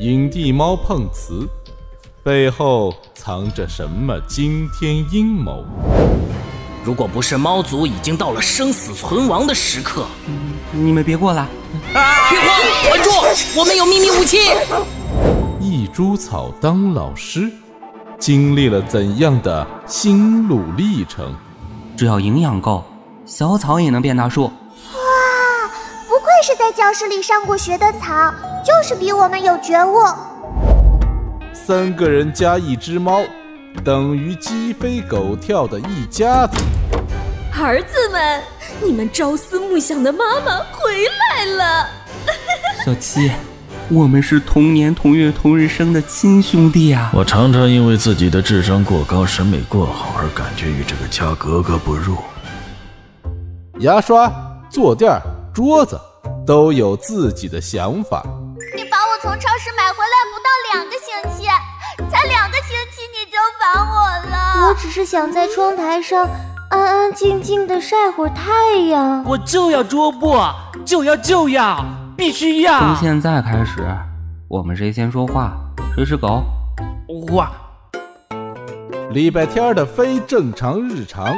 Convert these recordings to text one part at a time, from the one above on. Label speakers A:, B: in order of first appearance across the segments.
A: 影帝猫碰瓷背后藏着什么惊天阴谋？
B: 如果不是猫族已经到了生死存亡的时刻，
C: 你们别过来！
B: 别慌，稳住，我们有秘密武器。
A: 一株草当老师，经历了怎样的心路历程？
C: 只要营养够，小草也能变大树。
D: 哇，不愧是在教室里上过学的草，就是比我们有觉悟。
A: 三个人加一只猫，等于鸡飞狗跳的一家子。
E: 儿子们，你们朝思暮想的妈妈回来了。
C: 小七，我们是同年同月同日生的亲兄弟啊！
F: 我常常因为自己的智商过高、审美过好而感觉与这个家格格不入。
A: 牙刷、坐垫、桌子都有自己的想法。
D: 你把我从超市买回来不到两个星期，才两个星期你就烦我了。
G: 我只是想在窗台上安安静静的晒会儿太阳。
H: 我就要桌布，就要就要，必须
C: 从
H: 要！
C: 现在开始，我们谁先说话，谁是狗。
H: 哇，
A: 礼拜天的非正常日常，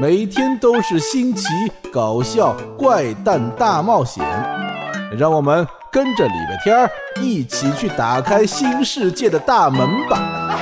A: 每天都是新奇、搞笑、怪诞大冒险。让我们跟着礼拜天儿一起去打开新世界的大门吧！